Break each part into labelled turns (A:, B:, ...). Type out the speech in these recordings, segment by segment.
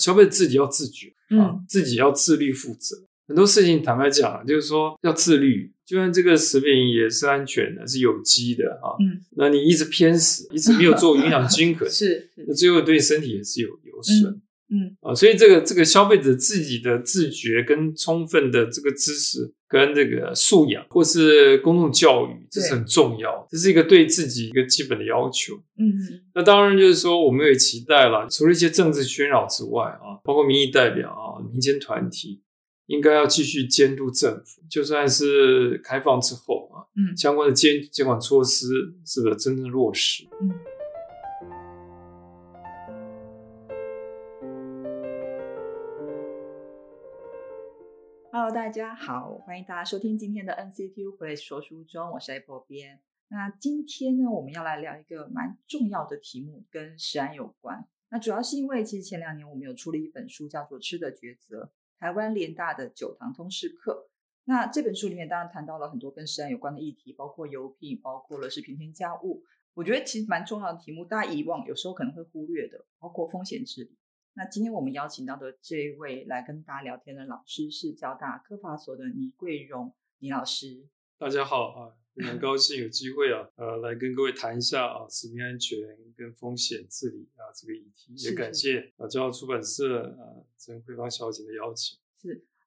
A: 消费者自己要自觉，啊
B: 嗯，
A: 自己要自律负责。很多事情坦白讲，就是说要自律。就算这个食品也是安全的，是有机的啊，
B: 嗯，，
A: 那你一直偏食，一直没有做营养均衡
B: 是，是
A: 那最后对身体也是有有损。
B: 嗯嗯
A: 啊，所以这个这个消费者自己的自觉跟充分的这个知识跟这个素养，或是公众教育，这是很重要，这是一个对自己一个基本的要求。
B: 嗯
A: 那当然就是说，我们也期待了，除了一些政治喧扰之外啊，包括民意代表啊、民间团体，应该要继续监督政府，就算是开放之后啊，
B: 嗯
A: 相关的监监管措施是不是真正落实？
B: 嗯。Hello，大家好，欢迎大家收听今天的 NCTU Play 说书中，我是 Apple 编。那今天呢，我们要来聊一个蛮重要的题目，跟食安有关。那主要是因为，其实前两年我们有出了一本书，叫做《吃的抉择：台湾联大的九堂通识课》。那这本书里面当然谈到了很多跟食安有关的议题，包括油品，包括了食品添加物。我觉得其实蛮重要的题目，大家以往有时候可能会忽略的，包括风险治理。那今天我们邀请到的这一位来跟大家聊天的老师是交大科法所的倪桂荣倪老师。
A: 大家好啊，也很高兴有机会啊，呃，来跟各位谈一下啊，食品安全跟风险治理啊这个议题，
B: 是
A: 也感
B: 是
A: 谢啊，交出版社啊陈慧芳小姐的邀请。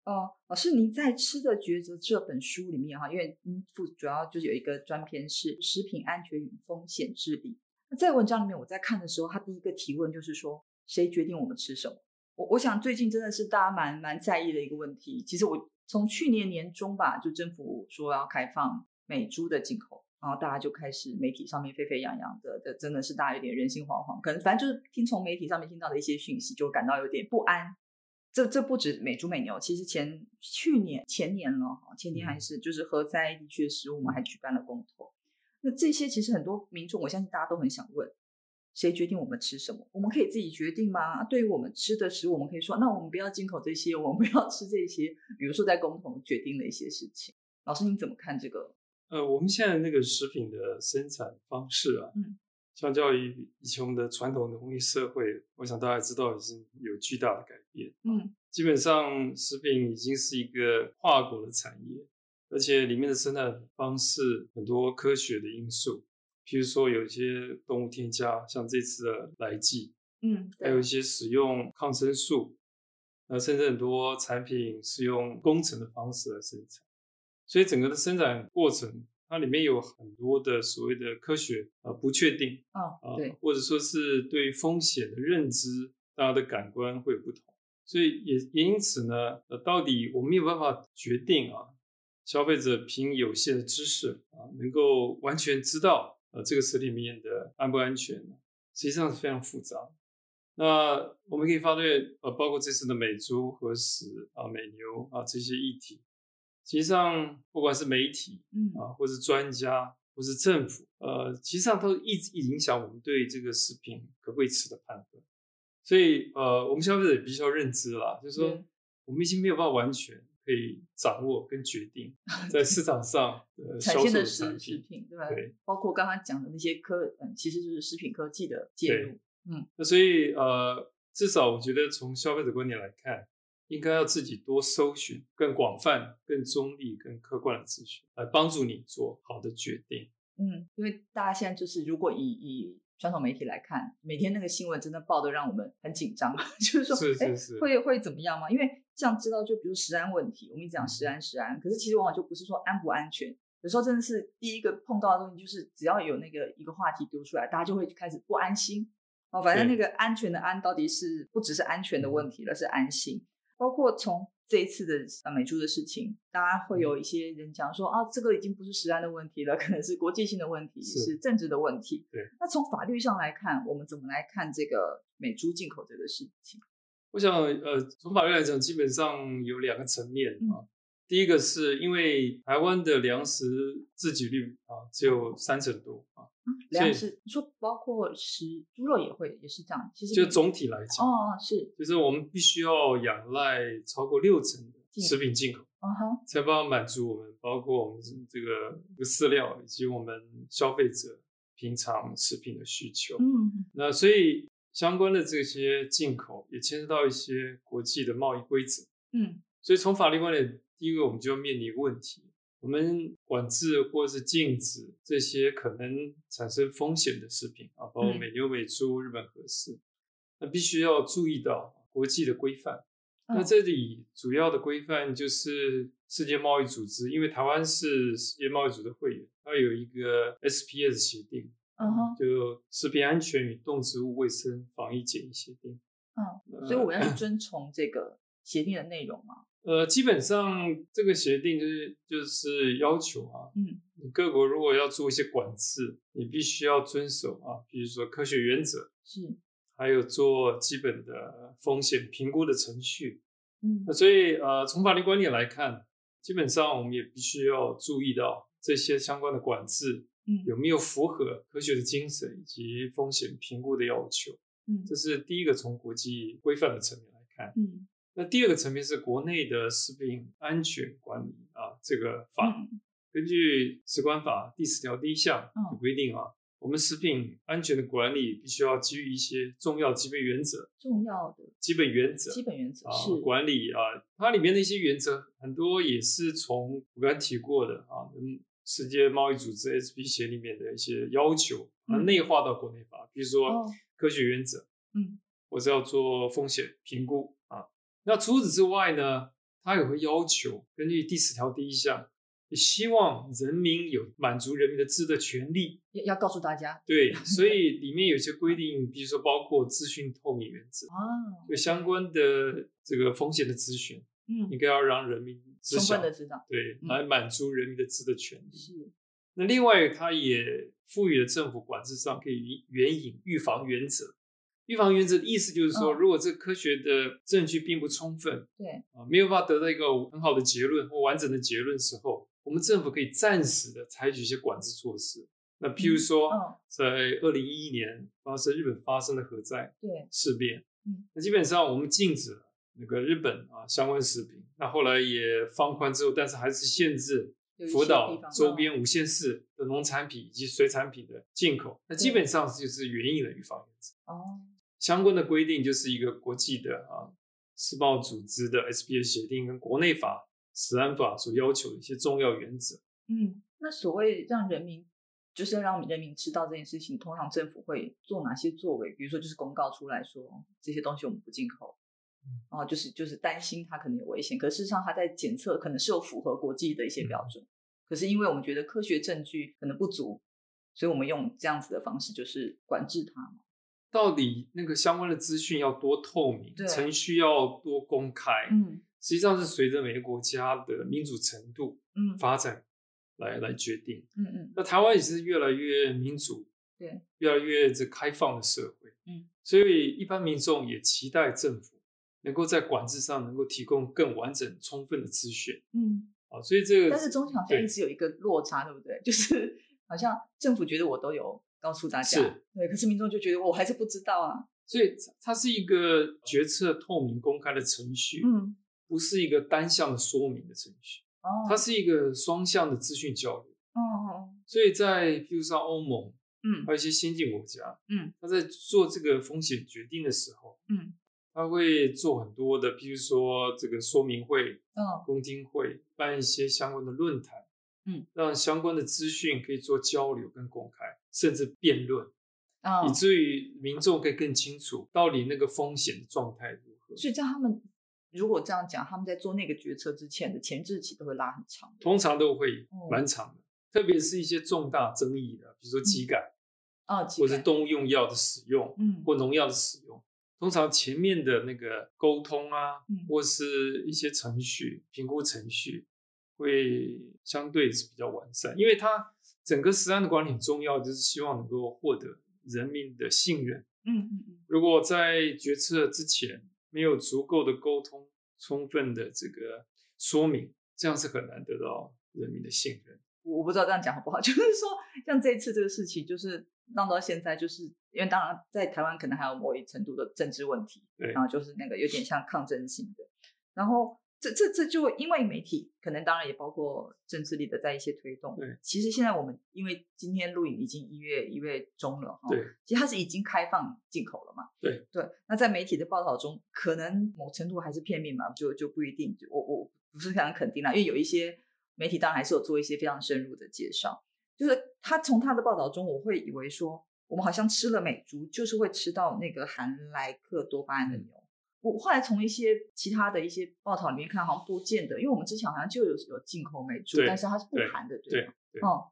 B: 呃，老师，您在《吃的抉择》这本书里面哈，因为您主主要就是有一个专篇是食品安全与风险治理。那在文章里面，我在看的时候，他第一个提问就是说，谁决定我们吃什么？我我想最近真的是大家蛮蛮在意的一个问题。其实我从去年年中吧，就政府说要开放美猪的进口，然后大家就开始媒体上面沸沸扬扬的，的真的是大家有点人心惶惶，可能反正就是听从媒体上面听到的一些讯息，就感到有点不安。这这不止美猪美牛，其实前去年前年了哈，前年还是就是核灾地区的食物，我们还举办了公投。那这些其实很多民众，我相信大家都很想问：谁决定我们吃什么？我们可以自己决定吗？啊对于我们吃的食物，我们可以说，那我们不要进口这些，我们不要吃这些。比如说在共同决定的一些事情，老师你怎么看这个？
A: 呃，我们现在那个食品的生产方式啊，
B: 嗯，
A: 相较于以前我们的传统农业社会，我想大家知道已经有巨大的改变。
B: 嗯
A: 基本上食品已经是一个跨国的产业，而且里面的生产方式很多科学的因素，譬如说有一些动物添加，像这次的来剂，
B: 嗯，
A: 还有一些使用抗生素，那甚至很多产品是用工程的方式来生产，所以整个的生产过程它里面有很多的所谓的科学啊、呃不确定啊、
B: 哦，对，
A: 或者说是对风险的认知，大家的感官会有不同，所以也也因此呢，呃，到底我们有办法决定啊，消费者凭有限的知识啊，能够完全知道呃这个食品里面的安不安全，实际上是非常复杂。那我们可以发现，呃，包括这次的美猪、和食啊、美牛啊这些议题，实际上不管是媒体
B: 嗯
A: 啊，或是专家，或是政府，呃，其实上都一直影响我们对这个食品可不可以吃的判断。所以，呃，我们消费者也必须要认知啦，就是说
B: 嗯，
A: 我们已经没有办法完全可以掌握跟决定 在市场上呃
B: 产
A: 销售
B: 现的
A: 产
B: 食食
A: 品。
B: 品对吧？
A: 对
B: 包括刚刚讲的那些科，嗯，其实就是食品科技的介
A: 对
B: 入。
A: 那所以，呃，至少我觉得从消费者观点来看，应该要自己多搜寻更广泛、更中立、更客观的资讯，来帮助你做好的决定。
B: 嗯，因为大家现在就是，如果以以传统媒体来看，每天那个新闻真的报的让我们很紧张， 就是说，哎
A: 是
B: 诶
A: 是是，
B: 会会怎么样吗？因为像知道，就比如食安问题，我们一直讲食
A: 嗯
B: 安食安，可是其实往往就不是说安不安全，有时候真的是第一个碰到的东西，就是只要有那个一个话题丢出来，大家就会开始不安心。哦，反正那
A: 对嗯
B: 个安全的安到底是不只是安全的问题，而是安心。包括从这一次的呃美猪的事情，大家
A: 嗯
B: 会有一些人讲说啊，这个已经不是食安的问题了，可能是国际性的问题，
A: 是
B: 是政治的问题。
A: 对，
B: 那从法律上来看，我们怎么来看这个美猪进口这个事情？
A: 我想，呃，从法律来讲，基本上有两个层面啊。第一个是因为台湾的粮食自给率啊只有三成多啊，
B: 粮
A: 所以
B: 食，你说包括食猪肉也会也是这样，其实
A: 就
B: 你
A: 总体来讲，
B: 哦哦是
A: 就是我们必须要仰赖超过六成的食品进口，
B: 嗯哼
A: 才办法满足我们，包括我们这个这个饲料以及我们消费者平常食品的需求。
B: 嗯
A: 那所以相关的这些进口也牵涉到一些国际的贸易规则。
B: 嗯
A: 所以从法律观点，第一个我们就要面临一个问题：我们管制或是禁止这些可能产生风险的食品啊，包括
B: 嗯
A: 美牛、美猪、日本和氏，那必须要注意到国际的规范。
B: 嗯
A: 那这里主要的规范就是世界贸易组织，因为台湾是世界贸易组织的会员，它有一个 SPS 协定，
B: 嗯哼，
A: 就食品安全与动植物卫生防疫检疫协定。
B: 嗯，所以我们要去遵从这个协定的内容嘛。
A: 呃，基本上这个协定就是就是要求啊，
B: 嗯
A: 你各国如果要做一些管制，你必须要遵守啊，比如说科学原则，
B: 是，
A: 还有做基本的风险评估的程序。
B: 嗯
A: 那所以呃，从法律观点来看，基本上我们也必须要注意到这些相关的管制
B: 嗯
A: 有没有符合科学的精神以及风险评估的要求。
B: 嗯
A: 这是第一个从国际规范的层面来看。
B: 嗯
A: 那第二个层面是国内的食品安全管理啊，这个法
B: 嗯
A: 根据《食管法》第十条第一项
B: 嗯
A: 有规定啊，我们食品安全的管理必须要基于一些重要基本原则、
B: 重要的
A: 基本原则
B: 基本原则
A: 啊
B: 是，
A: 管理啊，它里面的一些原则很多也是从我刚才提过的啊，嗯，世界贸易组织 SP 协里面的一些要求，啊
B: 嗯
A: 内化到国内法，比如说
B: 哦
A: 科学原则，
B: 嗯
A: 我是要做风险评估啊。那除此之外呢，它也会要求根据第十条第一项，也希望人民有满足人民的自治的权利。
B: 要要告诉大家
A: 对，所以里面有些规定，比如说包括资讯透明原则，
B: 啊，
A: 就相关的这个风险的咨询，
B: 嗯
A: 应，该要让人民知
B: 充分
A: 晓
B: 的，知道
A: 对，
B: 嗯
A: 来满足人民的自治的权利。
B: 是，
A: 那另外，它也赋予了政府管制上可以援引预防原则。预防原则的意思就是说，
B: 嗯
A: 如果这科学的证据并不充分
B: 对，
A: 啊，没有办法得到一个很好的结论或完整的结论时候，我们政府可以暂时的采取一些管制措施。那譬如说，
B: 嗯
A: 在二零一一年发生日本发生的核灾
B: 对，
A: 事变
B: 嗯，
A: 那基本上我们禁止了那个日本啊相关食品。那后来也放宽之后，但是还是限制
B: 有一
A: 福
B: 些
A: 岛
B: 地方啊嗯
A: 周边五县市的农产品以及水产品的进口，那基本上就是援引了预防原则。
B: 哦，
A: 相关的规定就是一个国际的啊世贸组织的 SPA 协定跟国内法、食安法所要求的一些重要原则。
B: 嗯，那所谓让人民。就是要让人民知道这件事情，通常政府会做哪些作为？比如说，就是公告出来说这些东西我们不进口，哦、就是就是担心它可能有危险。可事实上，它在检测可能是有符合国际的一些标准，可是因为我们觉得科学证据可能不足，所以我们用这样子的方式就是管制它嘛。
A: 到底那个相关的资讯要多透明
B: 对，
A: 程序要多公开，
B: 嗯
A: 实际上是随着每个国家的民主程度
B: 嗯
A: 发展来来决定。
B: 嗯嗯
A: 那台湾也是越来越民主，
B: 对，
A: 越来越这开放的社会，
B: 嗯，
A: 所以一般民众也期待政府能够在管制上能够提供更完整、充分的资讯
B: 嗯。
A: 啊，所以这个
B: 但是中小像
A: 对
B: 一直有一个落差，对不对？ 就是好像政府觉得我都有告诉大家，
A: 是
B: 对，可是民众就觉得我还是不知道啊。
A: 所以它是一个决策透明、公开的程序，
B: 嗯，
A: 不是一个单向的说明的程序，
B: 哦，
A: 它是一个双向的资讯交流。
B: 哦哦，
A: 所以在譬如说欧盟，
B: 嗯
A: 还有一些先进国家，
B: 嗯，
A: 他在做这个风险决定的时候，
B: 嗯，
A: 他会做很多的，譬如说这个说明会、
B: 哦，
A: 公听会，办一些相关的论坛，
B: 嗯，
A: 让相关的资讯可以做交流跟公开，甚至辩论，
B: 哦
A: 以，至于民众可以更清楚到底那个风险的状态如何。
B: 所以这样他们如果这样讲，他们在做那个决策之前的前置期都会拉很长。
A: 通常都会
B: 哦嗯
A: 蛮长的，特别是一些重大争议的，比如说机改、
B: 哦，期
A: 或是
B: 待
A: 动物用药的使用，
B: 嗯
A: 或农药的使用，通常前面的那个沟通啊，
B: 嗯
A: 或是一些程序评估程序，会相对是比较完善，因为它整个食安的管理很重要，就是希望能够获得人民的信任。
B: 嗯嗯嗯，
A: 如果在决策之前没有足够的沟通、充分的这个说明，这样是很难得到人民的信任。
B: 我我不知道这样讲好不好， 就是说，像这一次这个事情，就是闹到现在，就是因为当然在台湾可能还有某一程度的政治问题，
A: 对
B: 然后就是那个有点像抗争性的，然后这这这就因为媒体，可能当然也包括政治力的在一些推动。
A: 对，
B: 其实现在我们因为今天录影已经一月一月中了哈，
A: 对，
B: 其实它是已经开放进口了嘛。
A: 对
B: 对，那在媒体的报道中，可能某程度还是片面嘛，就就不一定，就我我不是非常肯定啦，因为有一些媒体当然还是有做一些非常深入的介绍，就是他从他的报道中，我会以为说我们好像吃了美猪，就是会吃到那个含莱克多巴
A: 嗯
B: 胺的牛。我后来从一些其他的一些报道里面看，好像不见得，因为我们之前好像就有有进口美猪，
A: 对
B: 但是它是不
A: 对
B: 含的，
A: 对
B: 吗？
A: 对
B: 哦，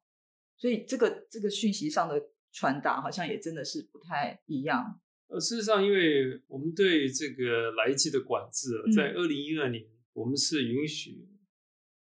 B: 所以这个这个讯息上的传达好像也真的是不太一样。
A: 呃，事实上，因为我们对这个来鸡的管制啊，
B: 嗯
A: 在二零一二年，我们是允许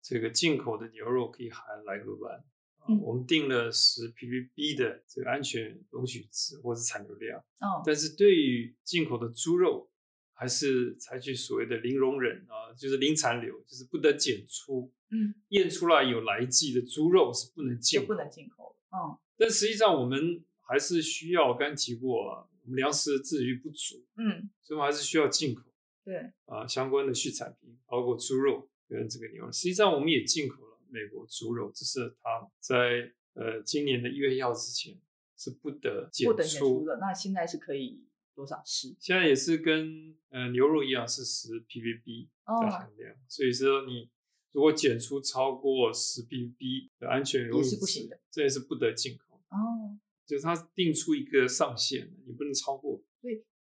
A: 这个进口的牛肉可以含莱克多巴胺啊
B: 嗯
A: 我们定了十 ppb 的这个安全容许值或是残留量，
B: 哦，
A: 但是对于进口的猪肉，还是采取所谓的零容忍啊，就是零残留，就是不得检出，
B: 嗯，
A: 验出来有来剂的猪肉是不能
B: 就
A: 进
B: 不
A: 口。
B: 能进口了。嗯
A: 但实际上，我们还是需要，我刚才提过啊，我们粮食自给不足，
B: 嗯，
A: 所以我们还是需要进口。
B: 对，
A: 啊相关的畜产品，包括猪肉跟这个牛肉。实际上，我们也进口了美国猪肉，只是它在呃今年的一月一号之前是不得检
B: 不等演出
A: 出。
B: 的，那现在是可以多少吃？
A: 现在也是跟呃牛肉一样是十 ppb 的
B: 哦，
A: 含量，所以说你如果检出超过十 ppb 的安全容
B: 也
A: 许
B: 是不
A: 值
B: 行的，
A: 这也是不得进口。
B: 哦，
A: 就是它定出一个上限，你不能超过。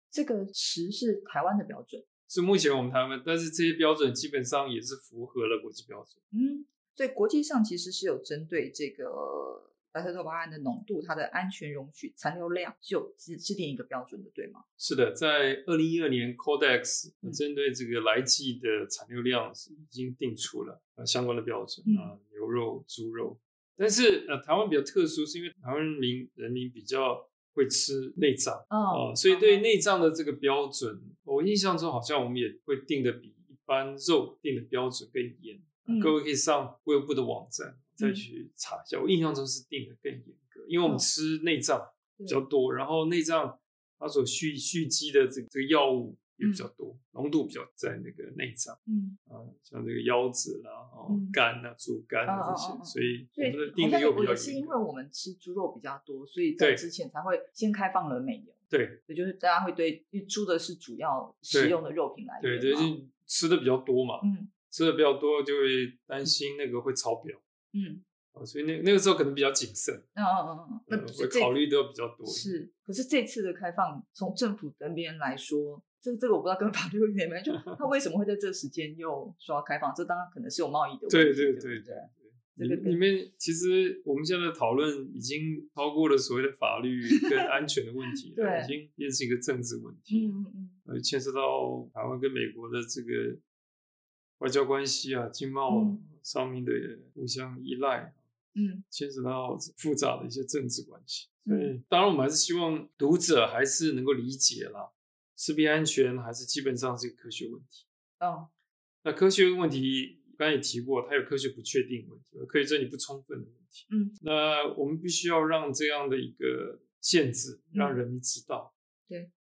B: 这个十是台湾的标准。
A: 是目前我们台湾，但是这些标准基本上也是符合了国际标准。
B: 嗯，所以国际上其实是有针对这个莱克多巴胺的浓度、它的安全容许、残留量是有制制定一个标准的，对吗？
A: 是的，在二零一二年，Codex 呃
B: 嗯
A: 针对这个来剂的残留量是已经定出了呃相关的标准
B: 嗯
A: 啊、牛肉、猪肉。但是呃，台湾比较特殊，是因为台湾人民人民比较会吃内脏啊、
B: 哦
A: 所以对内脏的这个标准，我印象中好像我们也会定的比一般肉定的标准更严。啊
B: 嗯
A: 各位可以上卫部的网站再
B: 嗯
A: 去查一下，我印象中是定的更严格，因为我们
B: 哦
A: 吃内脏。
B: 对
A: 比较多，然后内脏它所蓄蓄积的这这个药物也比较多，浓度比较在那个内脏
B: 嗯，
A: 啊，像这个腰子啦、哦
B: 嗯
A: 肝啊、猪肝
B: 哦
A: 啊
B: 哦
A: 这些，
B: 哦哦
A: 所以
B: 所
A: 我
B: 以
A: 们的定
B: 好
A: 的
B: 像
A: 又比
B: 也
A: 较
B: 也是
A: 严
B: 因
A: 格。
B: 为我们吃猪肉比较多，所以在
A: 对
B: 之前才会先开放了美牛，
A: 对
B: 也就是大家会对因为猪的是主要食
A: 对
B: 用的肉品来源
A: 对
B: 嘛，
A: 对，就吃的比较多嘛，
B: 嗯
A: 吃的比较多就会担心那个会超标
B: 嗯
A: 啊，所以那那个时候可能比较谨慎，
B: 嗯嗯嗯嗯，那
A: 呃会
B: 这
A: 考虑的比较多。
B: 是，可是这次的开放，从政府那边来说，这这个我不知道跟法律有点没关系，就他为什么会在这时间又说要开放？这当然可能是有贸易的问题，
A: 对
B: 对
A: 对
B: 不
A: 对
B: 对。嗯这
A: 你
B: 个
A: 你们其实我们现在的讨论已经超过了所谓的法律 跟安全的问题了，
B: 对
A: 已经变成一个政治问题。
B: 嗯嗯嗯，
A: 呃，牵涉到台湾跟美国的这个外交关系啊、经贸
B: 嗯
A: 上面的互相依赖，
B: 嗯，
A: 牵涉到复杂的一些政治关系。所以，当然我们还是希望读者还是能够理解啦，食品安全还是基本上是一个科学问题。
B: 哦，
A: 那科学问题刚才也提过，它有科学不确定问题，有科学证据不充分的问题。
B: 嗯，
A: 那我们必须要让这样的一个限制让
B: 嗯
A: 人民知道。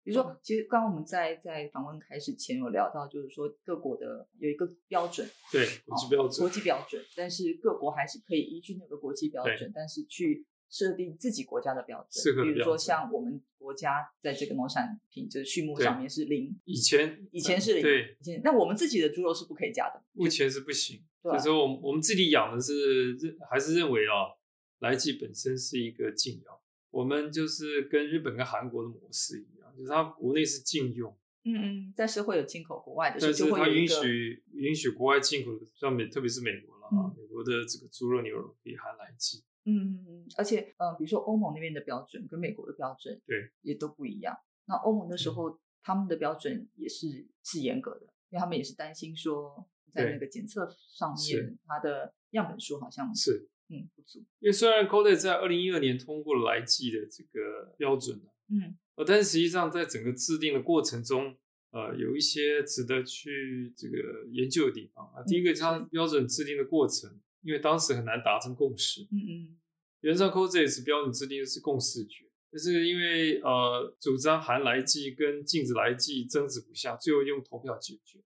B: 比如说，
A: 嗯
B: 其实刚刚我们在在访问开始前有聊到，就是说各国的有一个标准，哦
A: 对，国际标准。
B: 国际标准，但是各国还是可以依据那个国际标准，但是去设定自己国家的标
A: 适
B: 准，
A: 合的
B: 比如
A: 标
B: 说
A: 准
B: 像我们国家在这个农产品就是畜牧
A: 对
B: 上面是零。
A: 以前
B: 以前是零，
A: 对，
B: 以前那我们自己的猪肉是不可以加的，
A: 目前是不行。
B: 对啊
A: 所以说我们我们自己养的是认还是认为啊，来剂本身是一个禁药，我们就是跟日本跟韩国的模式一样，就是它国内是禁用，
B: 嗯嗯，但是会有进口国外的，
A: 但
B: 所
A: 是
B: 以就会
A: 它
B: 有一
A: 允
B: 个
A: 许允许国外进口的，像美特别是美国了啊，
B: 嗯
A: 美国的这个猪肉、牛肉可以含来剂。
B: 嗯嗯嗯，而且呃，比如说欧盟那边的标准跟美国的标准，
A: 对，嗯
B: 也都不一样。那欧盟的时候，他们的标准也是是严格的，因为他们也是担心说在
A: 对
B: 那个检测上面
A: 是，
B: 它的样本数好像
A: 是
B: 嗯不足，
A: 因为虽然 Code 在二零一二年通过了来剂的这个标准啊
B: 嗯
A: 呃，但是实际上在整个制定的过程中，呃，有一些值得去这个研究的地方啊。第一个，就是它
B: 嗯是
A: 标准制定的过程，因为当时很难达成共识。
B: 嗯嗯
A: 原上 c o s e 是标准制定是共识决，就是因为呃，主张含来剂跟禁止来剂争执不下，最后用投票解决。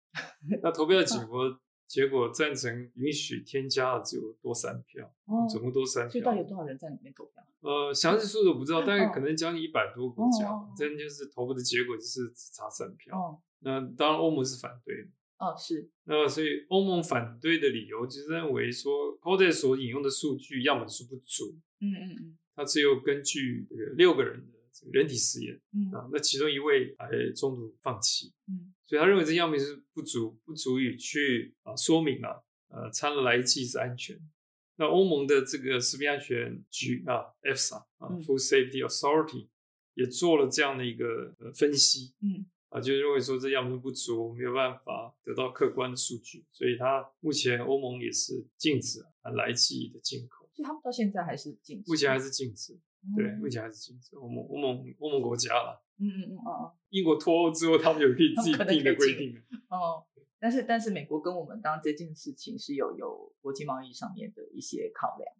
A: 那投票 结果结果赞成允许添加的只有多三票，
B: 哦，
A: 总共多三
B: 所以到
A: 票
B: 底有。多少人在里面投票？
A: 呃，详细数字我不知道，大概可能将近一百多国家
B: 嗯哦哦
A: 吧
B: 哦。
A: 真就是投的结果就是只差三票。
B: 哦，
A: 那当然欧盟是反对的。
B: 哦，是，
A: 那所以欧盟反对的理由就是认为说 c o d e 所引用的数据样本数不足，
B: 嗯嗯
A: 它只有根据这个六个人的这个人体实验
B: 嗯嗯
A: 啊，那其中一位还中途放弃，
B: 嗯
A: 所以他认为这样本是不足，不足以去啊说明啊，呃，掺了来剂是安全。那欧盟的这个食品安全局啊，EFSA 啊、
B: 嗯
A: f o o d Safety Authority 也做了这样的一个呃分析，
B: 嗯，
A: 啊，就认为说这样本不足，没有办法得到客观的数据，所以它目前欧盟也是禁止啊来剂的进口，
B: 所以他们到现在还是禁止。
A: 目前还是禁止，对，目
B: 嗯
A: 前还是禁止欧盟欧盟欧盟国家了。
B: 嗯嗯嗯哦
A: 英国脱欧之后，他们有可以自己
B: 他们可能
A: 定的
B: 可以
A: 规定，啊
B: 哦哦，但是但是美国跟我们当这件事情是有有国际贸易上面的一些考量。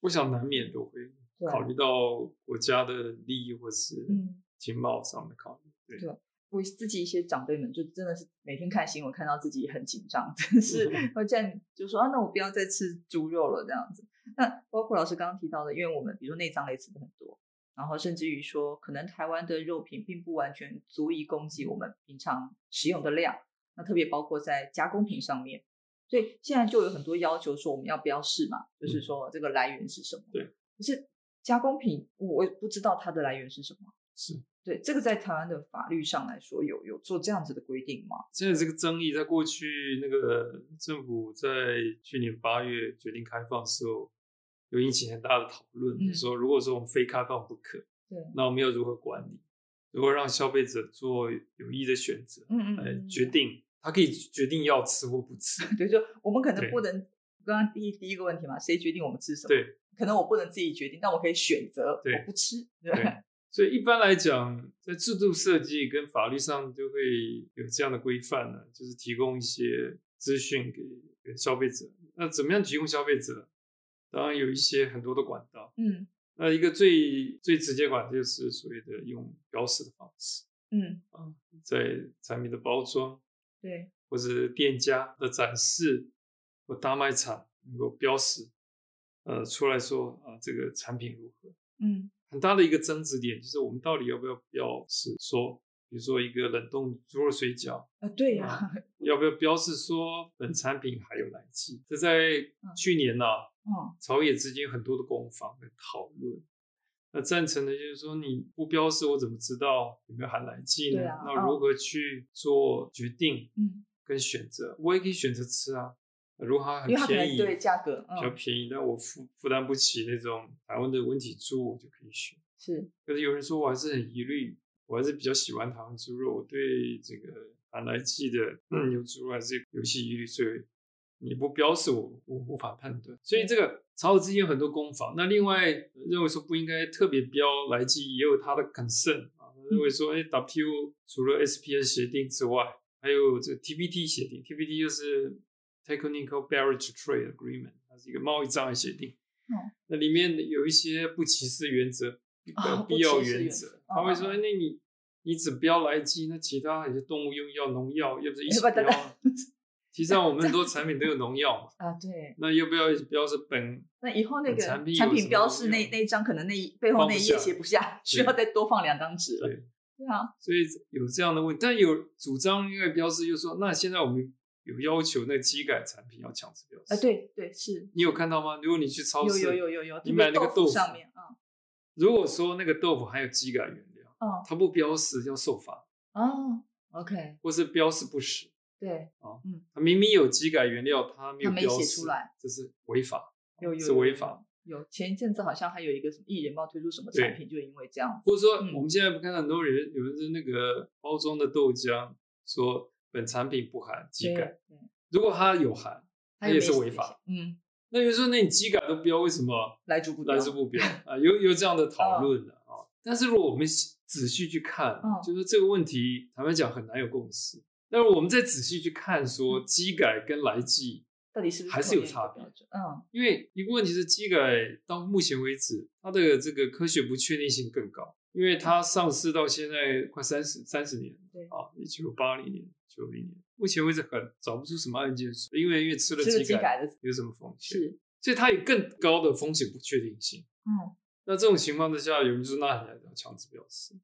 A: 我想难免都会
B: 对
A: 考虑到国家的利益或是
B: 嗯，
A: 经贸上的考虑。对，
B: 我自己一些长辈们就真的是每天看新闻，看到自己很紧张，真是会这样就说啊，那我不要再吃猪肉了这样子。那包括老师刚刚提到的，因为我们比如说内脏类吃的很多，然后甚至于说，可能台湾的肉品并不完全足以供给我们平常食用的量，那特别包括在加工品上面，所以现在就有很多要求说我们要标示嘛，就是说这个来源是什么。
A: 对，
B: 可是加工品我我也不知道它的来源是什么。
A: 是
B: 对，这个在台湾的法律上来说，有有做这样子的规定吗？
A: 现在这个争议，在过去那个政府在去年八月决定开放的时候，有引起很大的讨论，
B: 嗯
A: 说如果说我们非开放不可，
B: 对，
A: 那我们要如何管理？如何让消费者做有益的选择，
B: 嗯
A: 来呃决，定他可以决定要吃或不吃。
B: 对，就我们可能
A: 对
B: 不能，刚刚第一第一个问题嘛，谁决定我们吃什么？
A: 对，
B: 可能我不能自己决定，但我可以选择
A: 对
B: 我不吃，对吧
A: 对，所以一般来讲，在制度设计跟法律上就会有这样的规范呢，就是提供一些资讯给给消费者。那怎么样提供消费者？当然有一些很多的管道。
B: 嗯
A: 那一个最最直接管就是所谓的用标识的方式，
B: 嗯，
A: 在产品的包装
B: 对，
A: 或者店家的展示或大卖场能够标识，呃，出来说啊、这个产品如何。
B: 嗯
A: 很大的一个争执点，就是我们到底要不要标示说，比如说一个冷冻猪肉水饺，
B: 啊，对呀、
A: 啊要不要标示说本产品含有奶剂？这在去年呢、啊，
B: 嗯
A: 朝野之间有很多的攻防跟讨论。那赞成的就是说，你不标示，我怎么知道有没有含奶剂呢？
B: 对啊
A: 那如何去做决定
B: 嗯，
A: 跟选择？我也可以选择吃啊，如果它很
B: 因为它可
A: 便
B: 能
A: 宜，哦
B: 对价格，
A: 比较
B: 嗯，
A: 便宜，但我负负担不起那种台湾的温体猪，我就可以选。
B: 是，
A: 可是有人说我还是很疑虑，我还是比较喜欢台湾猪肉，我对这个含来剂的嗯牛猪肉还是有一些疑虑，所以你不标示我，我无法判断。所以
B: 嗯
A: 这个朝野之间有很多攻防。那另外呃认为说不应该特别标来剂，也有他的 concern 啊，认
B: 嗯
A: 为说哎 WTO 除了 SPA 协定之外，还有这个 TPT 协定，TPT 就是 Technical Barrier to Trade Agreement，它是一个贸易障碍协定。
B: 嗯
A: 那里面有一些不歧视原则、
B: 啊
A: 呃必要
B: 不歧视
A: 原
B: 原
A: 则
B: 则，
A: 他会说：“
B: 嗯
A: 哎那你你只标来剂，那其他有些动物用药、农药，要不是一起
B: 要不
A: 标
B: 要
A: 啊？其实上我们很多产品都有农药嘛，
B: 啊，对。
A: 那要不要标是本
B: 那以后那个
A: 产品有
B: 产
A: 什
B: 品
A: 么
B: 标示那
A: 用
B: 那一张，可能那一背后
A: 放
B: 那
A: 不
B: 一页
A: 下
B: 写不下，需要再多放两张纸了。
A: 对
B: 对啊，
A: 所以有这样的问题，但有主张应该标示，就是说，那现在我们有要求那个机改产品要强制标
B: 啊，
A: 示。
B: 对对是，
A: 你有看到吗？如果你去超
B: 有
A: 市，
B: 有有有有，
A: 你
B: 特别
A: 买那个
B: 豆
A: 豆
B: 腐
A: 腐
B: 上面，嗯
A: 如果说那个豆腐含有机改原料，
B: 嗯
A: 它不标示要受罚，
B: 哦，OK，
A: 或是标示不实，
B: 对，
A: 它明明有机改原料，它没有
B: 它没
A: 标
B: 写
A: 示
B: 出来，
A: 这是违法，
B: 有有
A: 是违法。
B: 有前一阵子好像还有一个什么艺人不知道推出什么
A: 对
B: 产品，就因为这样子，
A: 或者说
B: 嗯
A: 我们现在不看到很多人有人是那个包装的豆浆说本产品不含机
B: 对
A: 改，
B: 对
A: 如果它有含，
B: 他
A: 它也
B: 没
A: 是
B: 写
A: 违
B: 这
A: 法
B: 些，嗯，
A: 那有人说那你机改都标，为什么
B: 来之不
A: 来之
B: 标
A: 不标啊？有有这样的讨论 的啊。但是如果我们仔细去看
B: 嗯，
A: 就是这个问题，坦白讲很难有共识。但是我们再仔细去看，
B: 嗯
A: 说机改跟来记
B: 到底是不是
A: 还是有
B: 同样一个
A: 差别
B: 标准？嗯，
A: 因为一个问题是机改到目前为止，它的这个科学不确定性更高，因因为它上市到现在快三十三十年，
B: 对
A: 啊，一九八零年、九零年，目前为止很找不出什么案件是，因为因为吃了
B: 吃了
A: 鸡
B: 鸡
A: 改
B: 改的
A: 有什么风险，
B: 是，
A: 所以它有更高的风险不确定性。
B: 嗯，
A: 那这种情况之下，有人就说那你要强制标示。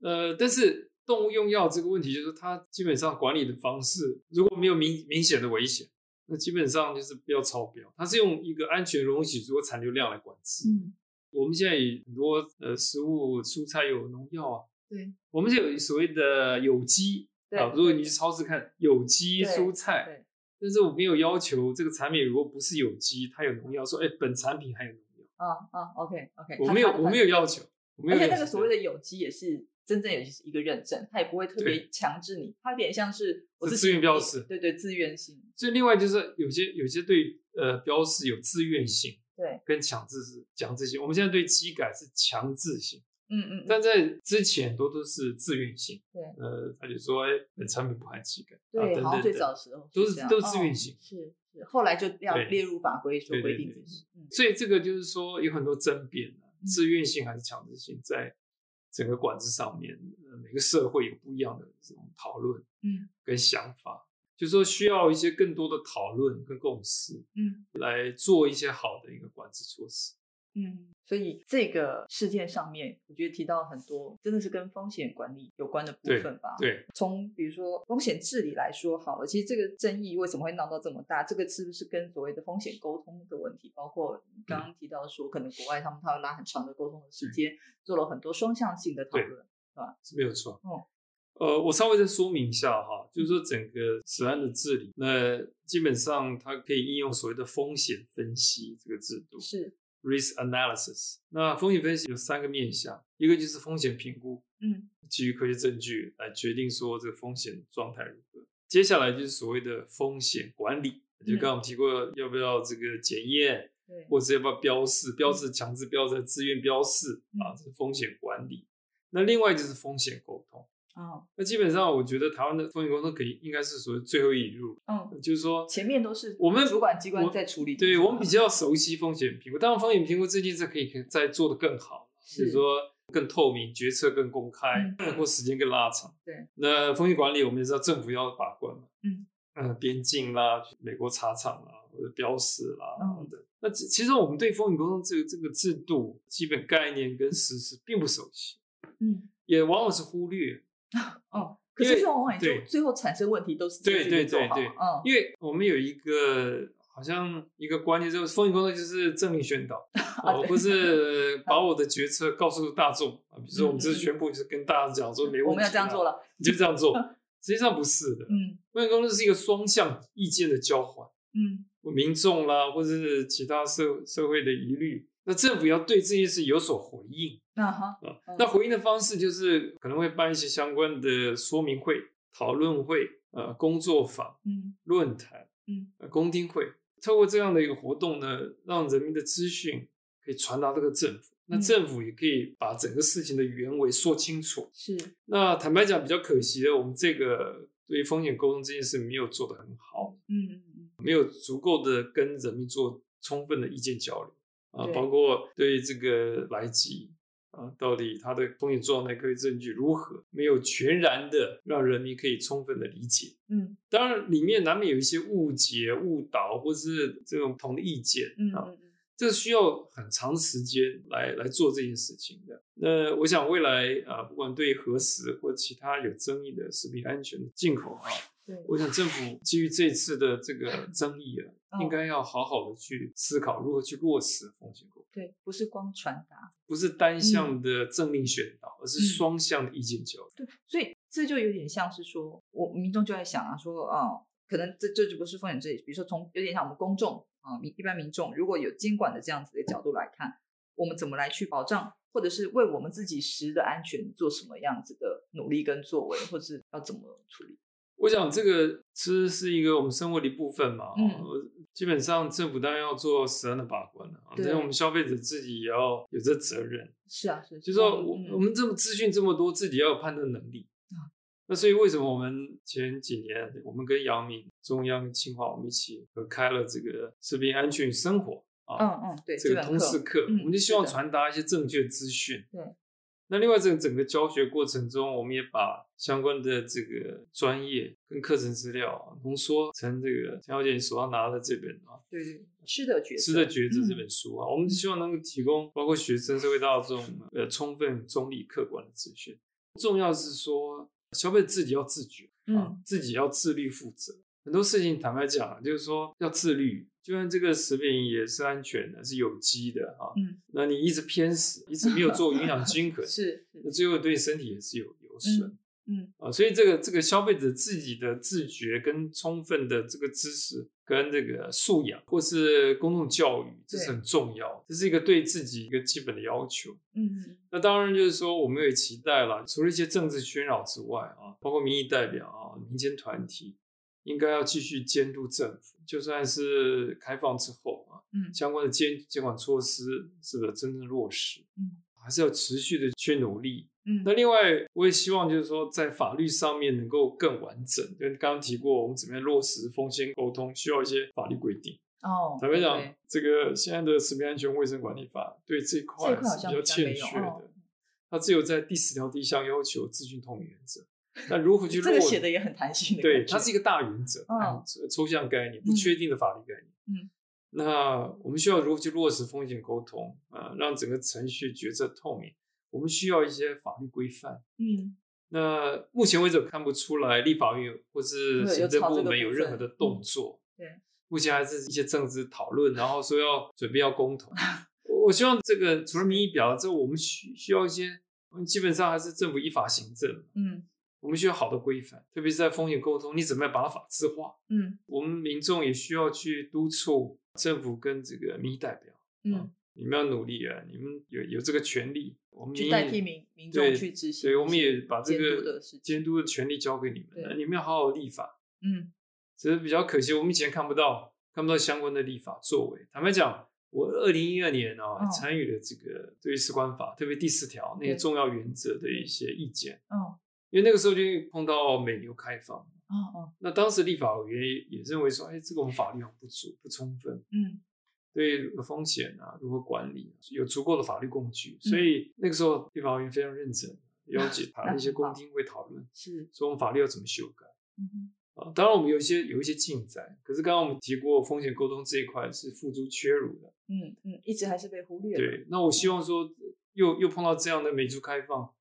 A: 呃，但是动物用药这个问题，就是它基本上管理的方式，如果没有明明显的危险，那基本上就是不要超标。它是用一个安全容许足和残留量来管制。
B: 嗯，
A: 我们现在也很多呃食物蔬菜有农药啊，
B: 对
A: 我们现在有所谓的有机
B: 对
A: 啊，如果你去超市看有机
B: 对
A: 蔬菜，
B: 对
A: 但是我没有要求这个产品如果不是有机，它有农药，说哎本产品含有农药，
B: 啊啊，OK OK，
A: 我没有我没有要求，我没有
B: 而且
A: 要
B: 那
A: 求
B: 个所谓的有机也是真正有机是一个认证，它也不会特别强制你，它有点像是我
A: 是
B: 自己
A: 自愿标示
B: 对对，自愿性，
A: 所以另外就是有些有些对呃标示有自愿性
B: 对，
A: 跟强制是强制性，我们现在对机改是强制性，
B: 嗯嗯嗯，
A: 但在之前很多都是自愿性。
B: 对
A: 呃，他就说哎，本产品不含机改，啊
B: 对，
A: 等
B: 好
A: 等
B: 像最
A: 等
B: 早的时候
A: 都
B: 是
A: 是
B: 这样
A: 都是自愿
B: 哦
A: 性
B: 是是，后来就要
A: 对
B: 列入法规说
A: 对对
B: 规定
A: 对
B: 这些，嗯，
A: 所以这个就是说有很多争辩啊
B: 嗯
A: 自愿性还是强制性，在整个管制上面，呃，每个社会有不一样的这种讨论，
B: 嗯，
A: 跟想法，就是说需要一些更多的讨论跟共识，
B: 嗯，
A: 来做一些好的一个管制措施。
B: 嗯，所以这个事件上面，我觉得提到很多真的是跟风险管理有关的部
A: 对
B: 分吧。
A: 对，
B: 从比如说风险治理来说好了，其实这个争议为什么会闹到这么大？这个是不是跟所谓的风险沟通的问题？包括你刚刚提到说，可能国外他们他会拉很长的沟通的时间，做了很多双向性的讨论。
A: 是没有错。
B: 哦
A: 呃，我稍微再说明一下哈，就是说整个此案的治理，那基本上它可以应用所谓的风险分析这个制度
B: 是，
A: （risk analysis）。那风险分析有三个面向，一个就是风险评估，
B: 嗯
A: 基于科学证据来决定说这个风险状态如何。接下来就是所谓的风险管理，就刚刚我们提过，要不要这个检验，
B: 对，
A: 或者要不要标示，标示强制标示、自愿标示啊，
B: 嗯
A: 这是风险管理。那另外就是风险沟通。
B: 哦，
A: 那基本上，我觉得台湾的风险工作可以应该是属于最后一入，
B: 嗯，
A: 就是说，
B: 前面都是
A: 我们
B: 主管机关
A: 我
B: 在处理，
A: 对我们比较熟悉风险评估，当然风险评估最近是可以再做得更好，
B: 是
A: 就是说更透明，决策更公开，
B: 嗯
A: 或时间更拉长。
B: 对，
A: 那风险管理我们也知道政府要把关嘛，
B: 嗯，
A: 呃，边境啦，美国茶厂啦，或者标识啦
B: 嗯
A: 等等。那其其实我们对风险沟通这个这个制度基本概念跟实施并不熟悉，
B: 嗯
A: 也往往是忽略。
B: 哦，可
A: 因
B: 是
A: 为
B: 这种往往就
A: 对
B: 最后产生问题都是自
A: 对
B: 己
A: 对
B: 没做
A: 对
B: 好
A: 对
B: 嗯，
A: 因为我们有一个好像一个观念，就是风险工作就是正面宣 导，我
B: 啊对
A: 不是把我的决策告诉大众啊，比如说我们这是宣布，就是跟大家讲说没问题，
B: 嗯我们要这样做
A: 了，
B: 了，
A: 你就这样 做。实际上不是的，
B: 嗯
A: 风险工作是一个双向意见的交换，
B: 嗯
A: 民众啦，或者是其他社社会的疑虑，那政府要对这件事有所回应
B: 那哈，
A: 啊
B: 嗯。
A: 那回应的方式就是可能会办一些相关的说明会、讨论会、呃工作坊。
B: 嗯
A: 论坛，
B: 嗯，
A: 呃，公听会，透过这样的一个活动呢，让人民的资讯可以传达这个政府，那
B: 嗯
A: 政府也可以把整个事情的原委说清楚。
B: 是，
A: 那坦白讲，比较可惜的，我们这个对于风险沟通这件事没有做得很好，
B: 嗯嗯嗯。
A: 没有足够的跟人民做充分的意见交流啊，
B: 对
A: 包括对这个来吉。啊，到底它的风险状态、科学证据如何？没有全然的让人民可以充分的理解。
B: 嗯
A: 当然，里面难免有一些误解、误导，或是这种不同的意见
B: 嗯
A: 啊，
B: 嗯
A: 这需要很长时间来来做这件事情的。那我想未来啊，不管对核实或其他有争议的食品安全的进口啊，
B: 对
A: 我想政府基于这次的这个争议啊，
B: 嗯，
A: 应该要好好的去思考如何去落实风险沟通，
B: 对，不是光传达，
A: 不是单向的政令宣导，而是
B: 嗯
A: 双向的意见交流。
B: 对，所以这就有点像是说，我民众就在想啊，说啊，可能这这就不是风险这里，比如说从有点像我们公众啊，民一般民众如果有监管的这样子的角度来看，我们怎么来去保障，或者是为我们自己食的安全做什么样子的努力跟作为，或是要怎么处理？
A: 我想这个吃是一个我们生活的一部分嘛，
B: 嗯
A: 哦基本上政府当然要做实案的把关了、啊，
B: 对
A: 但是我们消费者自己也要有这责任，
B: 是啊，是，
A: 就是说
B: 嗯
A: 我、
B: 嗯
A: 我们这么资讯这么多，自己要有判断能力。
B: 啊
A: 那所以为什么我们前几年我们跟阳明、中央、清华我们一起合开了这个食品安全与生活啊，
B: 嗯嗯，对，
A: 这个
B: 本
A: 通识课，
B: 课，嗯
A: 我们就希望
B: 是的
A: 传达一些正确资讯。
B: 对，
A: 那另外这个整个教学过程中，我们也把相关的这个专业跟课程资料啊浓缩成这个陈小姐你手上拿的这本啊
B: 对对，吃的角
A: 《吃
B: 色，嗯
A: 的抉择》这本书啊，我们希望能够提供包括学生、社会大众呃充分、中立、客观的资讯。重要是说，消费者自己要自觉，啊
B: 嗯，
A: 自己要自律负责。很多事情坦白讲，就是说要自律。就算这个食品也是安全的，是有机的啊，
B: 嗯，，
A: 那你一直偏食，一直没有做营养均衡
B: 是是
A: 那最后对身体也是有有损。
B: 嗯
A: 啊，所以这个这个消费者自己的自觉跟充分的这个知识跟这个素养，或是公众教育，这是
B: 对
A: 很重要，这是一个对自己一个基本的要求。
B: 嗯嗯
A: 那当然就是说，我们也期待了，除了一些政治喧扰之外啊，包括民意代表啊、民间团体，应该要继续监督政府，就算是开放之后啊，
B: 嗯
A: 相关的监监管措施是不是真正落实，
B: 嗯，
A: 还是要持续的去努力，
B: 嗯
A: 那另外，我也希望就是说，在法律上面能够更完整。因为刚刚提过，我们怎么样落实风险沟通，需要一些法律规定。
B: 哦，
A: 坦白讲
B: 对，
A: 这个现在的食品安全卫生管理法对这一块
B: 这一块好
A: 是
B: 像
A: 比较欠
B: 比较
A: 缺
B: 没有哦
A: 的。它只有在第十条第一项要求资讯透明原 则。那如何去
B: 这
A: 落？
B: 个写的也很弹性的感觉，
A: 对，它是一个大原则，
B: 嗯
A: 大原则抽象概念，不确定的法律概念。
B: 嗯，
A: 那我们需要如何去落实风险沟通啊、呃让整个程序决策透明。我们需要一些法律规范。
B: 嗯
A: 那目前为止我看不出来立法院或是
B: 对
A: 行
B: 有
A: 政
B: 朝这
A: 部门
B: 个部
A: 有任
B: 分
A: 何的动作。
B: 嗯对，
A: 目前还是一些政治讨论，然后说要准备要公 投。我我希望这个除了民意表达之后，我们需需要一些，我们基本上还是政府依法行政，
B: 嗯
A: 我们需要好的规范，特别是在风险沟通，你怎么样把它法制化？
B: 嗯
A: 我们民众也需要去督促政府跟这个民意代表，
B: 嗯，
A: 你们要努力啊，你们有有这个权利，我们
B: 去
A: 民
B: 代
A: 意
B: 替民民
A: 对
B: 众去执行，
A: 所以我们也把这
B: 监督
A: 个
B: 的事情，
A: 监督的权利交给你
B: 对
A: 们了，你们要好好立法。
B: 嗯
A: 只是比较可惜，我们以前看不到看不到相关的立法作为。坦白讲，我二零一二年啊、
B: 嗯
A: 参与了这个对于士官法，特别第四条那些
B: 对
A: 重要原则的一些意见，
B: 哦
A: 因为那个时候就碰到美牛开放。
B: 哦哦
A: 那当时立法委员也认为说，哎，这个我们法律很不足、不充分，
B: 嗯
A: 对风险啊如何管理有足够的法律工具，所以那个时候立法委员非常认真，了解谈了一些公听会讨论，
B: 是
A: 说我们法律要怎么修改
B: 嗯哼
A: 啊。当然，我们有一些有一些进展，可是刚刚我们提过风险沟通这一块是付诸缺乳的。
B: 嗯嗯，一直还是被忽略了，
A: 对，那我希望说又又碰到这样的美猪开放，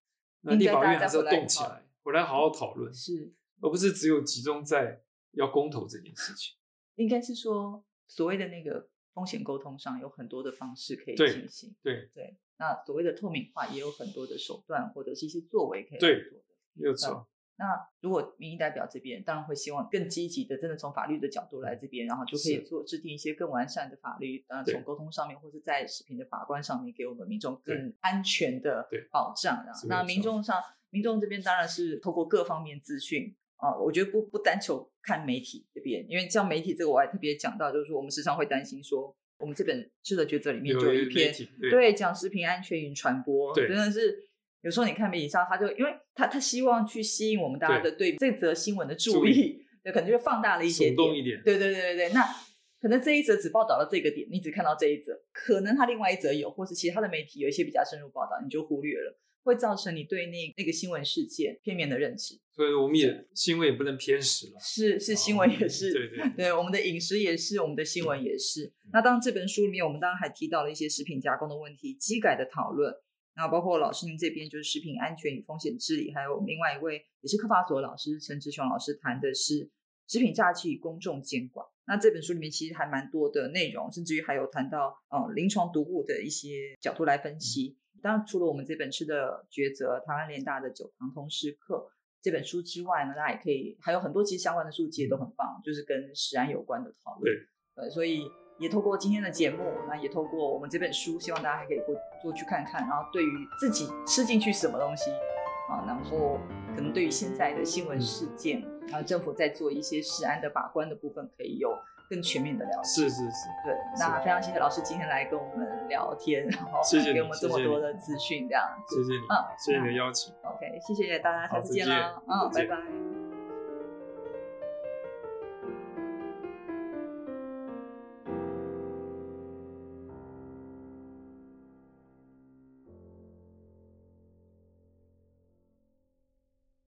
A: 那
B: 应
A: 立
B: 该
A: 法
B: 大
A: 院
B: 家
A: 还是要
B: 回来
A: 动起
B: 讨嗯
A: 来，回来好好讨论，
B: 是
A: 而不是只有集中在要公投这件事情。
B: 应该是说所谓的那个风险沟通上有很多的方式可以
A: 对
B: 进行，
A: 对
B: 对，那所谓的透明化也有很多的手段或者是一些作为可以
A: 对
B: 来做的。
A: 没有错，
B: 那如果民意代表这边当然会希望更积极的，真的从法律的角度来这边，然后就可以
A: 是
B: 做制定一些更完善的法律，呃，
A: 对
B: 从沟通上面或是在视频的法官上面给我们民众
A: 对
B: 更安全的
A: 对
B: 保障。然
A: 是没
B: 后
A: 有
B: 那
A: 错
B: 民众上，民众这边当然是透过各方面资讯。啊、我觉得不不单求看媒体这边，因为像媒体这个我还特别讲到，就是说我们时常会担心说，我们这本《智的抉择》里面就
A: 有
B: 嗯一
A: 媒
B: 篇
A: 体
B: 对，讲食品安全与传播，
A: 对
B: 真的是有时候你看媒体上，他就因为他他希望去吸引我们大家的对这则新闻的注
A: 注
B: 意，对，可能就放大了一些
A: 耸动
B: 点，
A: 一点，
B: 对对对对对，那。可能这一则只报道了这个点，你只看到这一则，可能他另外一则有，或是其他的媒体有一些比较深入报道，你就忽略了，会造成你对那那个新闻事件片面的认知。
A: 所以我们也新闻也不能偏食了。
B: 是是，新闻也是，
A: 哦对 对
B: 对，我们的饮食也是，我们的新闻也是。那当然，这本书里面，我们当然还提到了一些食品加工的问题、机改的讨论，然后包括老师您这边就是食品安全与风险治理，还有我们另外一位也是科法所老师陈志雄老师谈的是食品诈欺与公众监管。那这本书里面其实还蛮多的内容，甚至于还有谈到呃临床毒物的一些角度来分析。当然，除了我们这本吃的抉择，台湾联大的九堂通识课，这本书之外呢，大家也可以还有很多其实相关的书
A: 嗯
B: 籍也都很棒，就是跟食安有关的讨论。对，所以也透过今天的节目，那也透过我们这本书，希望大家还可以过过去看看，然后对于自己吃进去什么东西啊，然后可能对于现在的新
A: 嗯
B: 闻事件，然后政府在做一些食安的把关的部分，可以有更全面的了解。
A: 是是是，
B: 对，那非常谢谢老师今天来跟我们聊天，然后
A: 谢谢你
B: 给我们这么
A: 谢谢你
B: 多的资讯，这样子。
A: 谢谢你，
B: 嗯
A: 谢谢你的邀请。
B: OK，谢谢大家，下
A: 好
B: 次
A: 再
B: 见
A: 见
B: 啦，嗯，
A: 再
B: 拜
A: 见
B: 拜。